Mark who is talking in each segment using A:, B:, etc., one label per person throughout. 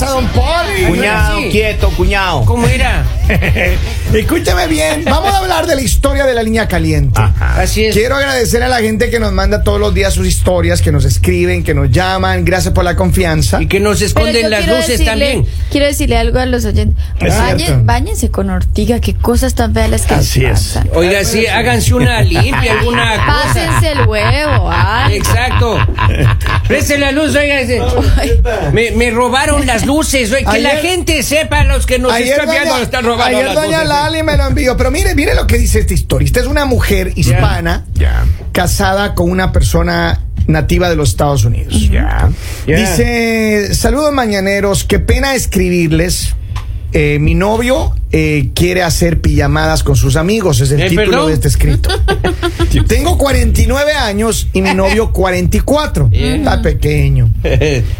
A: Don Poli.
B: Cuñado,
C: Sí.
B: quieto, cuñado.
C: ¿Cómo era?
A: Escúchame bien. Vamos a hablar de la historia de la línea caliente.
C: Ah. Así es.
A: Quiero agradecer a la gente que nos manda todos los días sus historias, que nos escriben, que nos llaman. Gracias por la confianza.
C: Y que nos
D: Pero yo
C: esconden las
D: quiero
C: luces
D: decirle-
C: también.
D: Quiero decirle algo a los oyentes.
A: Es
D: Bañe-
A: cierto.
D: báñense con ortiga, qué cosas tan feas las que
B: Así es.
D: pasan. Ah,
C: Oiga, sí, háganse una limpia, alguna cosa. Eh,
D: Pásense el huevo. ay.
C: Exacto. Preste la luz, oiga. ese- Me, me robaron las luces. oiga, Que la
A: Ayer-
C: gente sepa, los que nos están viendo,
A: doña-
C: nos están robando
A: ayer
C: las ¿eh?
A: doña
C: luces.
A: Lali me lo envió. Pero mire, mire lo que dice esta historia. Esta es una mujer hispana
B: Ya,
A: casada con una persona nativa de los Estados Unidos.
B: ya.
C: Ya.
A: Dice, saludos mañaneros, qué pena escribirles. Eh, mi novio eh, quiere hacer pijamadas con sus amigos, es el
C: Eh,
A: título
C: perdón.
A: de este escrito. Tengo 49 años y mi novio 44. Está pequeño.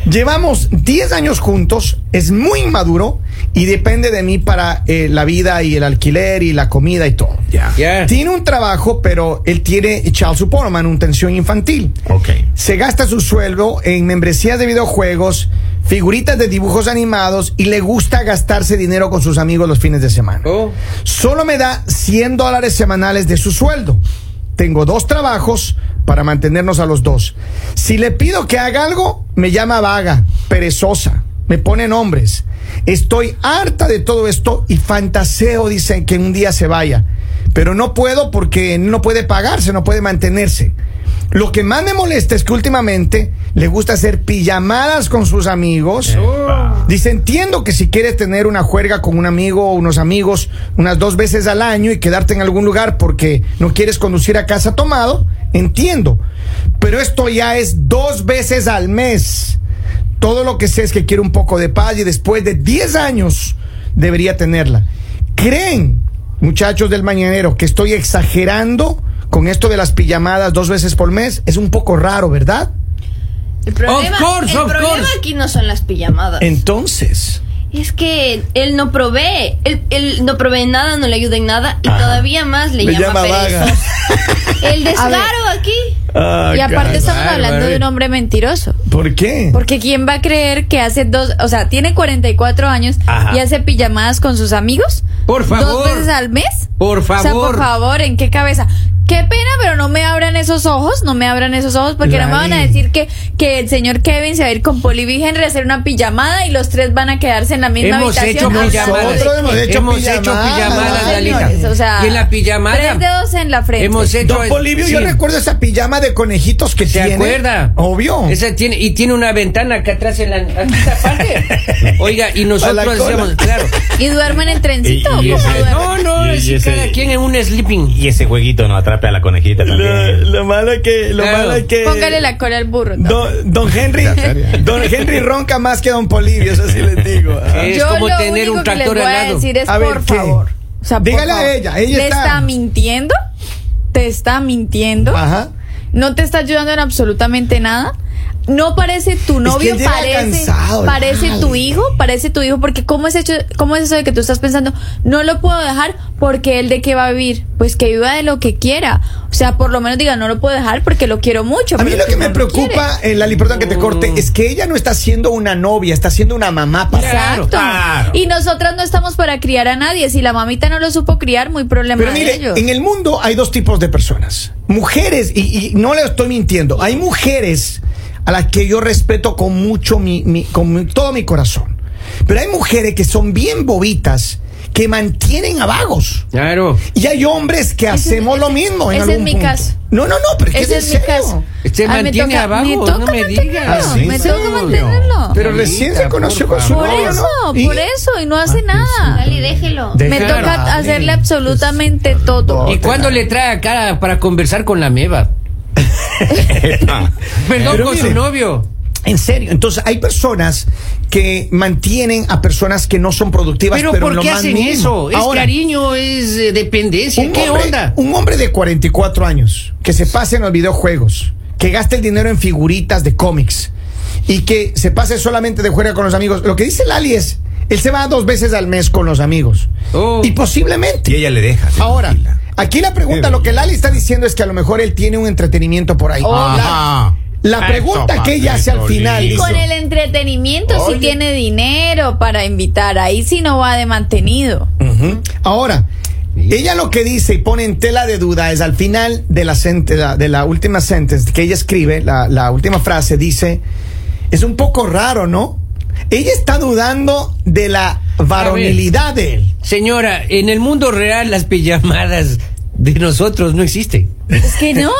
A: Llevamos 10 años juntos, es muy inmaduro y depende de mí para eh, la vida y el alquiler y la comida y todo.
B: Ya.
C: Ya.
A: Tiene un trabajo, pero él tiene child support, manutención infantil.
B: Ok.
A: Se gasta su sueldo en membresías de videojuegos, figuritas de dibujos animados y le gusta gastarse dinero con sus amigos los fines de semana.
C: Oh.
A: Solo me da 100 dólares semanales de su sueldo. Tengo dos trabajos para mantenernos a los dos. Si le pido que haga algo, me llama vaga, perezosa, me pone nombres. Estoy harta de todo esto y fantaseo, dicen, que un día se vaya. Pero no puedo porque no puede pagarse, no puede mantenerse. Lo que más me molesta es que últimamente le gusta hacer pijamadas con sus amigos. Dice, entiendo que si quieres tener una juerga con un amigo o unos amigos unas dos veces al año y quedarte en algún lugar porque no quieres conducir a casa tomado, entiendo. Pero esto ya es dos veces al mes. Todo lo que sé es que quiero un poco de paz y después de 10 años debería tenerla. ¿Creen, muchachos del mañanero, que estoy exagerando con esto de las pijamadas dos veces por mes? Es un poco raro, ¿verdad?
D: El problema,
C: Of course,
D: el
C: of
D: problema
C: course.
D: aquí no son las pijamadas.
A: Entonces.
D: Es que él no provee, él, él no provee nada, no le ayuda en nada y todavía más le,
A: Le
D: llama,
A: llama vaga.
D: perezoso. El descaro aquí.
B: Ah,
E: Y aparte
B: caray.
E: estamos
C: Bárbaro,
E: hablando de un
C: eh.
E: hombre mentiroso.
A: ¿Por qué?
E: Porque ¿quién va a creer que hace dos, o sea, tiene 44 años
B: Ajá.
E: y hace pijamadas con sus amigos?
C: Por
E: ¿Dos
C: favor.
E: veces al mes?
C: Por
E: O sea,
C: favor.
E: por favor, ¿en qué cabeza? Qué pena, pero no me abran esos ojos, no me abran esos ojos, porque no me van a
A: Lali.
E: decir que, que el señor Kevin se va a ir con Poli Henry a hacer una pijamada y los tres van a quedarse en la misma
C: Hemos hecho
E: habitación.
C: pijamadas.
A: Nosotros hemos hecho pijamadas,
C: pijamadas,
A: ¿no,
C: Lalita.
E: Señores, o sea,
C: y en la pijamada.
E: tres dedos en la frente.
C: Hemos hecho.
A: Don Polivio, yo
C: pues, sí.
A: recuerdo esa pijama de conejitos que
C: ¿Se
A: tiene.
C: acuerda?
A: Obvio.
C: Esa tiene, y tiene una ventana acá atrás en la. Aquí esta parte. Oiga, y
A: A
C: nosotros
A: la cola.
C: hacíamos. Claro.
E: ¿Y duermen en trencito? o
B: Y- y
E: cómo
B: ese-
E: duermen?
C: No, no,
B: Y-
C: es
B: y
C: que
B: ese-
C: cada quien en un sleeping.
B: Y ese jueguito no atrape a la conejita también.
A: Lo, lo malo es que, lo
C: Claro.
A: malo es que
E: Póngale la cola al burro. ¿no?
A: don, don Henry, don Henry ronca más que don Polivio, eso sí les digo. Ah.
C: Es
E: Yo
C: como
E: lo
C: tener
E: único
C: un tractor
E: que les voy
C: al
E: a
C: lado.
E: decir es
A: A ver,
E: por
A: ¿qué?
E: favor. O sea, por
A: Dígale a
E: favor.
A: ella, ella
E: ¿Le
A: está- Ah,
E: está... mintiendo? ¿Te está mintiendo?
A: Ajá.
E: ¿No te está ayudando en absolutamente nada? No parece tu novio,
A: él llega
E: parece,
A: cansado,
E: parece
A: Lali.
E: tu hijo, parece tu hijo, porque ¿cómo es, hecho, ¿cómo es eso de que tú estás pensando, no lo puedo dejar porque él de qué va a vivir? Pues que viva de lo que quiera. O sea, por lo menos diga, no lo puedo dejar porque lo quiero mucho.
A: A mí
E: pero
A: lo
E: tú
A: que me
E: no
A: preocupa,
E: quieres.
A: eh, Lali, perdón que te corte,
C: Mm.
A: es que ella no está siendo una novia, está siendo una mamá para
C: Claro,
E: Exacto.
B: claro.
E: Y nosotras no estamos para criar a nadie. Si la mamita no lo supo criar, muy problema
A: Pero
E: de
A: mire,
E: ellos.
A: en el mundo hay dos tipos de personas. Mujeres, y, y no le estoy mintiendo, hay mujeres a las que yo respeto con mucho, mi, mi- con mi- todo mi corazón. Pero hay mujeres que son bien bobitas, que mantienen a vagos.
C: Claro.
A: Y hay hombres que hacemos lo mismo. En
E: ese es
A: algún
E: mi
A: punto.
E: caso.
A: No, no, no, pero es que
E: Ese
A: es
E: es
A: en serio.
E: mi caso.
C: Se
E: Ay, me
C: mantiene
E: toca-
C: Este abajo,
E: me
C: no
E: toca
C: me digas.
E: mantenerlo,
A: Así
E: me
A: es.
E: tengo que mantenerlo.
A: Ah, Pero recién se conoció con su
E: por
A: no,
E: eso,
A: no. Y-
E: por eso, y no hace nada.
D: Dale, déjelo.
E: Me
C: Claro.
E: toca
A: Dale.
E: hacerle absolutamente todo.
C: ¿Y cuándo le trae acá para conversar con la meba? Perdón,
A: Pero
C: con
A: mire.
C: su novio.
A: En serio, entonces hay personas que mantienen a personas que no son productivas. Pero,
C: Pero, ¿por
A: en lo
C: qué
A: más
C: hacen
A: mínimo.
C: eso? Es
A: Ahora,
C: cariño, es eh, dependencia.
A: un
C: ¿Qué
A: hombre,
C: onda?
A: Un hombre de 44 años que se pase en los videojuegos, que gaste el dinero en figuritas de cómics y que se pase solamente de juega con los amigos. Lo que dice Lali es, él se va dos veces al mes con los amigos.
C: Oh.
A: Y posiblemente.
B: Y ella le deja. se
A: Ahora,
B: tranquila.
A: aquí la pregunta, lo que Lali está diciendo es que a lo mejor él tiene un entretenimiento por ahí.
B: Ajá.
A: La, La pregunta
B: Eso,
A: que ella hace al
B: Pablito,
A: final
B: lindo.
E: Con
A: dice,
E: el entretenimiento, si
B: Oye.
E: tiene dinero para invitar, ahí sí no va de mantenido.
A: Ujú. Ahora, ella lo que dice y pone en tela de duda es al final de la, sent- de la- de la última sentence que ella escribe, la, la última frase dice, es un poco raro, ¿no? Ella está dudando de la varonilidad de él.
C: Señora, en el mundo real las pijamadas de nosotros no existen.
E: Es que no.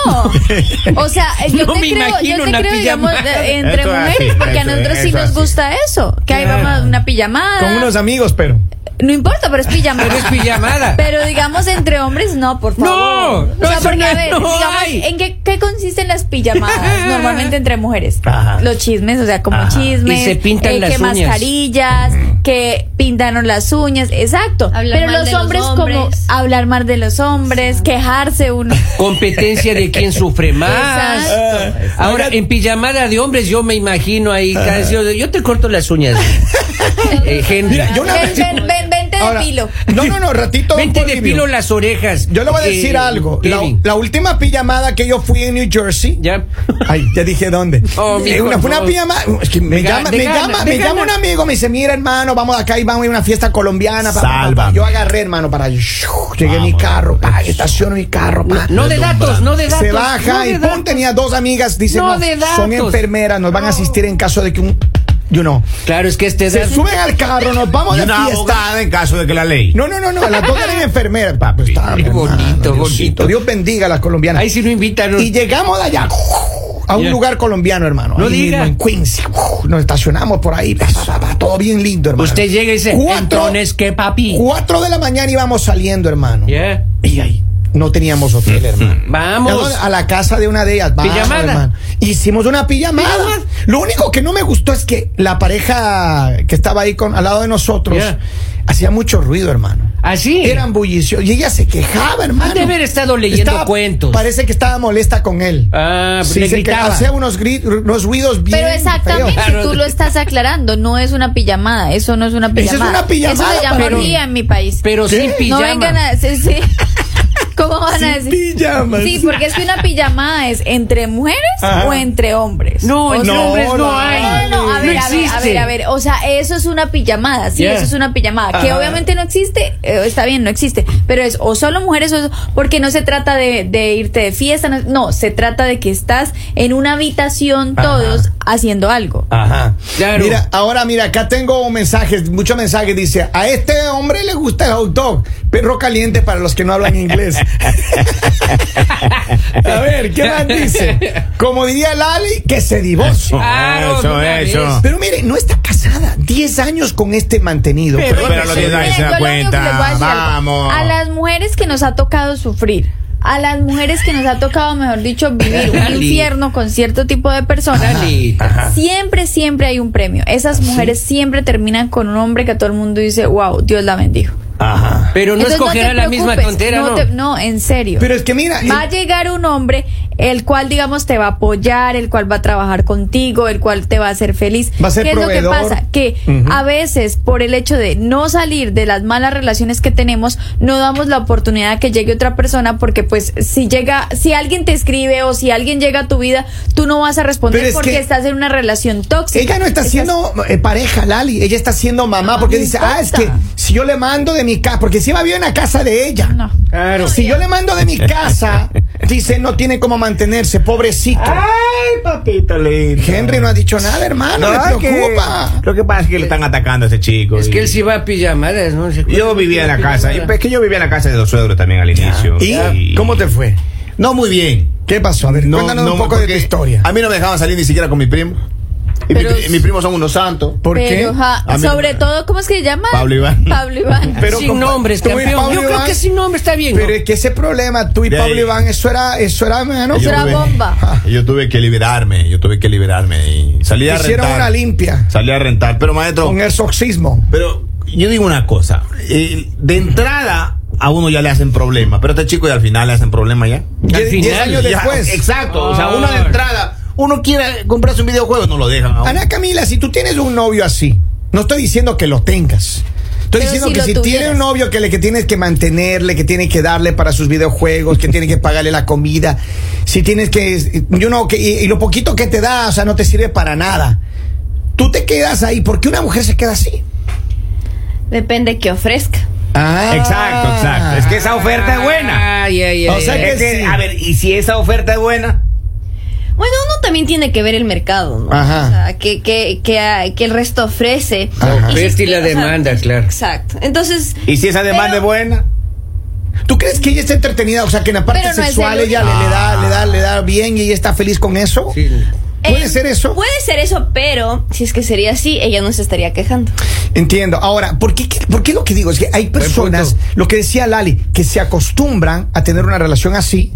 E: O sea, yo
C: No
E: te
C: me
E: creo,
C: imagino
E: yo te
C: una
E: creo, digamos,
C: pijamada.
E: de- entre
B: Eso
E: mujeres,
B: así,
E: porque a
B: eso,
E: nosotros sí
B: eso
E: nos
B: así.
E: gusta eso. Que ahí
C: Claro.
E: vamos a una pijamada.
C: Ah.
A: Con unos amigos, pero...
E: No importa, pero es pijamada.
C: Pero es pijamada.
E: Pero digamos entre hombres, no, por
C: No,
E: favor.
C: no,
E: o sea,
C: eso
E: porque a
C: no-
E: ver,
C: no
E: digamos,
C: hay.
E: ¿en qué, qué consisten las pijamadas normalmente entre mujeres?
B: Ajá.
E: Los chismes, o sea, como
B: Ajá.
E: chismes. eh,
C: Y se pintan las
E: que
C: uñas.
E: mascarillas, que pintaron las uñas, exacto.
D: Hablar
E: pero
D: mal
E: los
D: de los
E: hombres, como
D: hombres.
E: hablar mal de los hombres, quejarse uno.
C: Competencia de quién sufre más.
E: Exacto.
C: Ahora, en pijamada de hombres, yo me imagino ahí. casi- yo- yo te corto las uñas. Eh, Henry.
A: Mira, yo una
E: Ven,
A: vez-
E: ven, ven, vente de
A: Ahora,
E: pilo.
A: No, no, no, ratito.
C: Vente
A: Polivio.
C: de pilo las orejas.
A: Yo le voy a
C: Eh,
A: decir algo. La,
C: Kevin.
A: la última pijamada que yo fui en New Jersey.
C: Ya.
A: Ay, ya dije dónde.
C: Oh,
A: Eh,
C: mijo,
A: una, fue una
C: no.
A: pijama- es que me,
C: De ga-
A: llama,
C: de
A: me
C: gana,
A: llama,
C: de
A: me llama un
C: gana.
A: amigo, me dice, mira hermano, vamos acá y vamos a ir a una fiesta colombiana. pa, pa, pa, pa".
B: Sálvame.
A: Yo agarré, hermano, para llegué a mi
B: Vamos,
A: carro, pa,
B: vamos.
A: estaciono mi carro, pa.
C: No de datos, no de datos.
A: se baja
C: no de
A: y
C: datos.
A: pum, tenía dos amigas, dicen,
C: No
A: no,
C: de
A: son
C: datos.
A: enfermeras, nos van a asistir en caso de que un, you know.
C: Claro, es que este
A: Se
C: edad-
A: suben al carro, nos vamos
B: Y
A: de
B: una
A: fiesta.
B: abogada en caso de que la ley.
A: No, no, no, no, las dos eran enfermeras. Papi,
B: Qué
A: está, hermano,
C: bonito, bonito.
A: Dios bendiga a las colombianas.
C: Ahí sí no invitan.
A: Y llegamos de allá a un
C: Ya.
A: lugar colombiano, hermano.
C: No
A: Ahí
C: diga.
A: mismo, en Quincy. Nos estacionamos por ahí. pa, pa, pa, pa, todo bien lindo, hermano.
C: Usted llega y dice,
A: Cuatro-
C: entrones que papi.
A: Cuatro de la mañana íbamos saliendo, hermano.
C: Ya.
A: Y ahí no teníamos hotel, hermano.
C: Mm, Vamos.
A: Llegamos A la casa de una de ellas. Vamos,
C: Pijamada.
A: hermano. Hicimos una pijamada.
C: Pijamada.
A: Lo único que no me gustó es que la pareja que estaba ahí con, al lado de nosotros
C: Ya.
A: hacía mucho ruido, hermano.
C: Así.
A: Eran bulliciosos. Y ella se quejaba, hermano.
C: Han de haber estado leyendo
A: Estaba-
C: cuentos.
A: Parece que estaba molesta con él.
C: Ah,
A: Sí,
C: le
A: se que-
C: gritaba.
A: Hacía unos, gri- unos ruidos bien.
E: Pero exactamente,
A: feos.
C: Claro.
E: tú lo estás aclarando, no es una pijamada, eso no es una
A: Eso es
E: pijamada.
A: una pijamada,
E: Eso se
A: pero-
E: llamaría en mi país.
C: Pero
A: ¿Qué?
C: sin
A: No
E: no
C: pijama.
E: vengan a decir, sí. ¿Cómo van a
A: Sin
E: decir?
A: pijamas.
E: Sí, porque es que una pijamada es entre mujeres
A: Ajá.
E: o entre hombres.
C: No,
E: O
C: en
E: sea,
A: no,
C: hombres no,
A: no,
C: hay.
E: No, no, a ver, a ver, a ver, a ver. O sea, eso es una pijamada, sí,
C: Yeah.
E: eso es una pijamada. Que
A: Ajá.
E: obviamente no existe, eh, está bien, no existe. Pero es o solo mujeres o porque no se trata de, de irte de fiesta, no, no, se trata de que estás en una habitación todos haciendo algo.
A: Ajá.
C: Claro.
A: Mira, ahora mira, acá tengo mensajes, muchos mensajes. Dice: A este hombre le gusta el hot dog. Perro caliente para los que no hablan inglés. a ver, ¿qué más dice? Como diría Lali, que se divorcie.
C: Claro,
B: eso,
C: una vez.
B: eso.
A: Pero mire, no está casada. 10 años con este mantenido.
B: Pero-
A: Perdón,
B: pero a los 10 años se
E: Yo
B: da
E: lo único que les voy a
B: cuenta.
E: decir algo.
B: Vamos.
E: A las mujeres que nos ha tocado sufrir. A las mujeres que nos ha tocado, mejor dicho, vivir un
C: Dale.
E: infierno con cierto tipo de personas.
C: Dale.
E: Siempre, siempre hay un premio. Esas mujeres siempre terminan con un hombre que todo el mundo dice, wow, Dios la bendijo.
B: Ajá.
C: Pero no
E: Entonces,
C: escogerá
E: te
C: la misma
E: preocupes,
C: tontera, ¿no?
E: te- no, en serio.
A: Pero es que mira.
E: Va a llegar un hombre el cual, digamos, te va a apoyar, el cual va a trabajar contigo, el cual te va a hacer feliz.
A: Va a ser
E: ¿Qué es lo que
A: proveedor.
E: pasa? Que
A: Ujú.
E: a veces, por el hecho de no salir de las malas relaciones que tenemos, no damos la oportunidad de que llegue otra persona, porque pues si llega, si alguien te escribe o si alguien llega a tu vida, tú no vas a
A: Pero
E: responder
A: es
E: porque
A: que-
E: estás en una relación tóxica.
A: Ella no está
E: Estás-
A: siendo eh, pareja, Lali. Ella está siendo mamá porque
E: no
A: dice, ah, es que
E: importa.
A: si yo le mando de mi casa, porque si va bien a casa de ella.
E: No.
C: Claro.
A: Si yo le mando de mi casa, dice, no tiene cómo mantenerse, pobrecito.
B: Ah. Ay, papito lindo.
A: Henry no ha dicho nada, hermano.
B: No,
A: le
B: que-
A: preocupa.
B: Lo que pasa es que le están atacando a ese chico.
C: Es
B: y-
C: que él sí va a pijamadas, ¿no? ¿Se acuerdan
B: Yo
C: que
B: vivía en la
C: iba a
B: casa.
C: pijamada?
B: Es que yo vivía en la casa de los suegros también al inicio.
A: ¿Y cómo te fue?
B: No muy bien.
A: ¿Qué pasó? A ver,
B: No,
A: cuéntanos
B: no,
A: un poco de tu
B: porque
A: historia.
B: A mí no me dejaban salir ni siquiera con mi primo. Y,
E: Pero-
B: mi, pri- y mis primos son unos santos.
A: ¿Por
E: Pero,
A: qué?
E: ja,
B: A mí-
E: sobre todo, ¿cómo es que se llama?
B: Pablo Iván.
E: Pablo Iván.
A: Pero
C: sin
A: compa-
C: nombres,
A: tú y
C: campeón.
A: Pablo
C: Yo creo
A: Iván-
C: que sin nombre está bien. ¿no?
A: Pero es que ese problema, tú y
B: De ahí.
A: Pablo Iván, eso era, eso era, hermano.
E: Eso
B: Yo
E: era
B: tuve-
E: bomba.
B: Yo tuve que liberarme, yo tuve que liberarme y salí a
A: Hicieron
B: rentar.
A: una limpia
B: Salí a rentar, pero maestro,
A: con el soxismo.
B: pero yo digo una cosa, eh, de entrada a uno ya le hacen problema, pero a este chico y al final le hacen problema ya.
C: Al
A: Die- diez
C: final, Ah.
A: años
B: Ya,
A: después.
B: Exacto, o sea, uno de entrada, uno quiere comprarse un videojuego, no lo dejan. a uno.
A: Ana Camila, si tú tienes un novio así, no estoy diciendo que lo tengas. Estoy Estoy
E: Pero
A: diciendo
E: si
A: que
E: lo
A: si tiene
E: tuvieras.
A: un novio que le que tienes que mantenerle, que tiene que darle para sus videojuegos, que tiene que pagarle la comida, si tienes que, yo no, que, y, y lo poquito que te da, o sea, no te sirve para nada. Tú te quedas ahí, ¿por qué una mujer se queda así?
D: Depende que ofrezca.
A: Ah.
B: Exacto, exacto. Es que esa oferta es buena.
C: Ay, ay,
A: O
C: ay,
A: sea
C: ay.
A: que
B: Es que,
A: sí.
B: a ver, ¿y si esa oferta es buena?
D: Bueno, uno también tiene que ver el mercado, ¿no?
A: Ajá. Ah.
D: O sea, que, que, que, que el resto ofrece.
A: Ajá.
D: si es
C: Oferta y
D: que-
C: Pues la
D: o sea,
C: demanda, claro.
D: Exacto. Entonces,
B: ¿Y si esa demanda
D: Pero-
B: es buena?
A: ¿Tú crees que ella está entretenida? O sea, que en la parte
E: Pero no es el
A: sexual ella le, le da, le da, le da bien y ella está feliz con eso.
C: Sí.
A: ¿Puede
D: eh,
A: ser eso?
D: Puede ser eso, pero si es que sería así, ella no se estaría quejando.
A: Entiendo. Ahora, ¿por qué, qué- por qué lo que digo? Es que hay personas,
C: punto.
A: lo que decía Lali, que se acostumbran a tener una relación así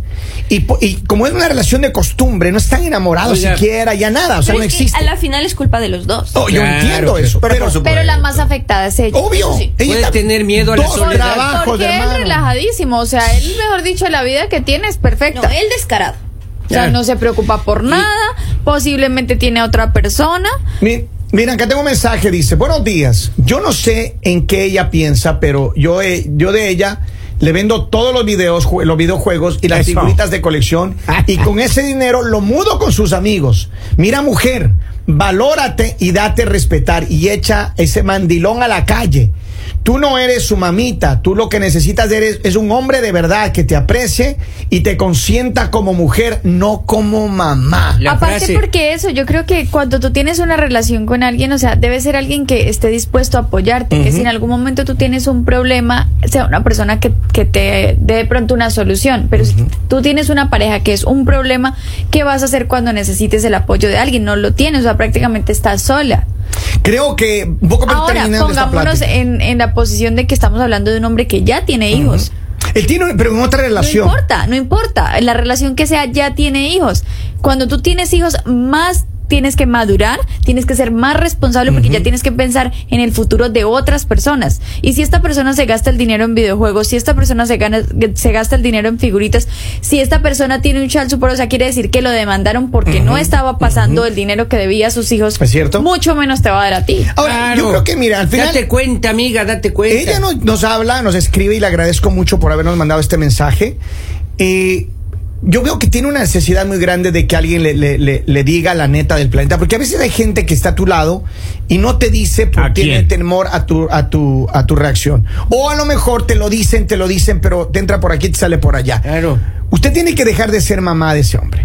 A: y, po- y como es una relación de costumbre, no están enamorados
C: Oiga.
A: siquiera, ya nada, o sea, no
D: Pero es que
A: existe.
D: a la final es culpa de los dos.
A: Oh, yo
C: Claro,
A: entiendo
C: pero-
A: eso, pero,
E: Pero la más afectada es ella.
A: obvio.
D: sí.
A: ella
C: Puedes
A: está-
C: tener miedo a la
A: dos
C: soledad.
A: trabajos,
E: Porque
A: hermano.
E: él relajadísimo, o sea, él mejor dicho la vida que tiene es
D: No, eh.
E: perfecta.
D: él descarado.
E: o sea, no se preocupa por nada, posiblemente tiene a otra persona.
A: Mi- Mira, acá tengo un mensaje, dice, buenos días, yo no sé en qué ella piensa, pero yo, eh, yo de ella le vendo todos los videos, jue- los videojuegos y las
B: Eso.
A: figuritas de colección y con ese dinero lo mudo con sus amigos. Mira mujer, valórate y date respetar y echa ese mandilón a la calle. Tú no eres su mamita, tú lo que necesitas eres, es un hombre de verdad que te aprecie y te consienta como mujer, no como mamá.
C: La
E: Aparte
C: frase-
E: porque eso, yo creo que cuando tú tienes una relación con alguien, o sea, debe ser alguien que esté dispuesto a apoyarte, que si en algún momento tú tienes un problema, sea una persona que, que te dé de pronto una solución, pero si tú tienes una pareja que es un problema, ¿qué vas a hacer cuando necesites el apoyo de alguien? No lo tienes, o sea, prácticamente estás sola.
A: Creo que un poco para ir
E: Ahora,
A: terminando esta
E: pongámonos
A: plática.
E: en, en la posición de que estamos hablando de un hombre que ya tiene hijos.
A: Él tiene, un- pero en otra
E: No
A: relación.
E: importa, no importa. La relación que sea ya tiene hijos. Cuando tú tienes hijos, más tienes que madurar, tienes que ser más responsable porque ya tienes que pensar en el futuro de otras personas. Y si esta persona se gasta el dinero en videojuegos, si esta persona se, gana- se gasta el dinero en figuritas, si esta persona tiene un child support, o sea, quiere decir que lo demandaron porque no estaba pasando el dinero que debía a sus hijos.
A: Es cierto.
E: Mucho menos te va a dar a ti.
A: Ahora, yo
C: Claro.
A: creo que, mira, al final.
C: Date cuenta, amiga, date cuenta.
A: Ella no- nos habla, nos escribe y le agradezco mucho por habernos mandado este mensaje. Eh, yo veo que tiene una necesidad muy grande de que alguien le, le- le- le diga la neta del planeta, porque a veces hay gente que está a tu lado y no te dice
B: ¿A
A: porque tiene
B: quién?
A: temor a tu, a, tu, a tu reacción. O a lo mejor te lo dicen, te lo dicen, pero te entra por aquí, te sale por allá.
C: Claro.
A: Usted tiene que dejar de ser mamá de ese hombre.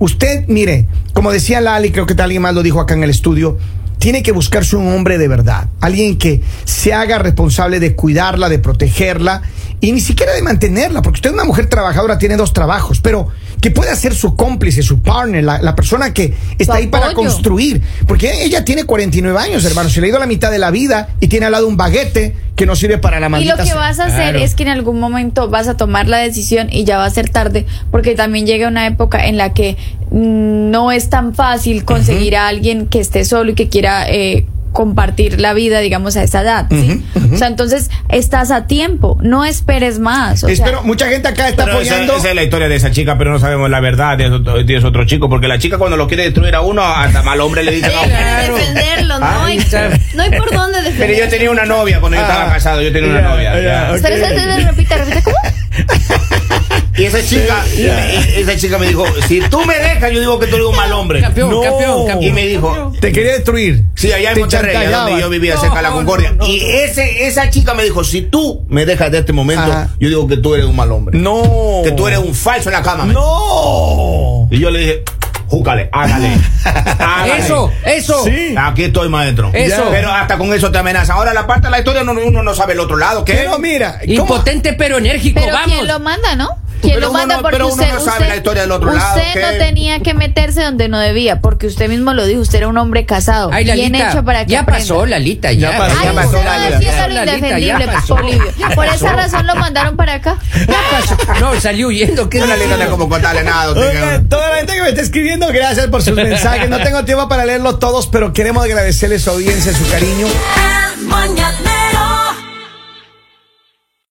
A: Usted, mire, como decía Lali, creo que alguien más lo dijo acá en el estudio, tiene que buscarse un hombre de verdad, alguien que se haga responsable de cuidarla, de protegerla y ni siquiera de mantenerla, porque usted es una mujer trabajadora, tiene dos trabajos, pero que pueda ser su cómplice, su partner, la, la persona que está ahí para
E: apoyo.
A: construir, porque ella tiene 49 años, hermano, se le ha ido la mitad de la vida y tiene al lado un baguete que no sirve para la
E: Y
A: maldita
E: lo que
A: sea.
E: vas a hacer
C: Claro.
E: es que en algún momento vas a tomar la decisión y ya va a ser tarde, porque también llega una época en la que mm, no es tan fácil conseguir a alguien que esté solo y que quiera eh, compartir la vida, digamos, a esa edad. ¿sí? O sea, entonces estás a tiempo, no esperes más. o sea,
A: Espero, mucha gente acá está
B: Pero
A: apoyando.
B: Esa, esa es la historia de esa chica, pero no sabemos la verdad de, otro- de ese otro chico, porque la chica cuando lo quiere destruir a uno, hasta mal hombre le dice,
D: Ella
B: no,
D: quiere defenderlo, no
C: Ahí
D: hay,
C: está.
D: no hay por dónde
B: pero
D: defenderlo.
B: yo tenía una novia cuando yo
A: Ah.
B: estaba casado, yo tenía una novia. ya.
E: Espera, espera, espera, repita, repita, ¿cómo?
B: Y esa chica, y- y esa chica me dijo, si tú me dejas, yo digo que tú eres un mal hombre.
C: Campeón,
A: No.
C: campeón, campeón.
B: Y me dijo,
A: Te quería destruir.
B: sí, allá en
A: Te
B: Monterrey, allá donde
A: chantajeaban.
B: yo vivía, cerca de la
C: No,
B: Concordia.
C: no, no.
B: Y ese, esa chica me dijo, si tú me dejas de este momento,
A: Ajá.
B: yo digo que tú eres un mal hombre.
A: No.
B: Que tú eres un falso en la cama. me dijo.
A: No.
B: Y yo le dije, júcale, hágale. hágale.
C: Eso, eso.
A: Sí.
B: Aquí estoy, maestro.
C: Eso.
B: Pero hasta con eso te amenazan. Ahora la parte de la historia no- uno no sabe el otro lado. ¿qué?
A: Pero mira, ¿cómo?
C: Impotente pero enérgico,
E: Pero
C: vamos.
E: quién lo manda, ¿no? ¿Quién
B: Pero
E: lo
B: uno
E: manda
B: no-
E: porque
B: pero uno
E: usted,
B: no sabe
E: usted-
B: la historia del otro lado,
E: usted
B: ¿qué?
E: no tenía que meterse donde no debía, porque usted mismo lo dijo, usted era un hombre casado,
C: Ay,
E: bien
C: Lalita,
E: hecho para que
C: ya
E: aprenda.
C: pasó, Lalita,
B: Ya
C: ya.
B: pasó,
E: Ay,
B: ya
E: no,
B: pasó,
E: no,
B: Lalita.
E: es que eso es lo
C: Lalita, ya
E: indefendible,
C: pasó.
E: Polivio. Por esa razón lo mandaron para acá.
C: No, salió huyendo. ¿qué
B: No le
C: digo?
B: digan como contarle nada. usted que-
A: Oigan, toda la gente que me está escribiendo, gracias por sus mensajes. No tengo tiempo para leerlos todos, pero queremos agradecerles su audiencia, su cariño.
F: El mañanero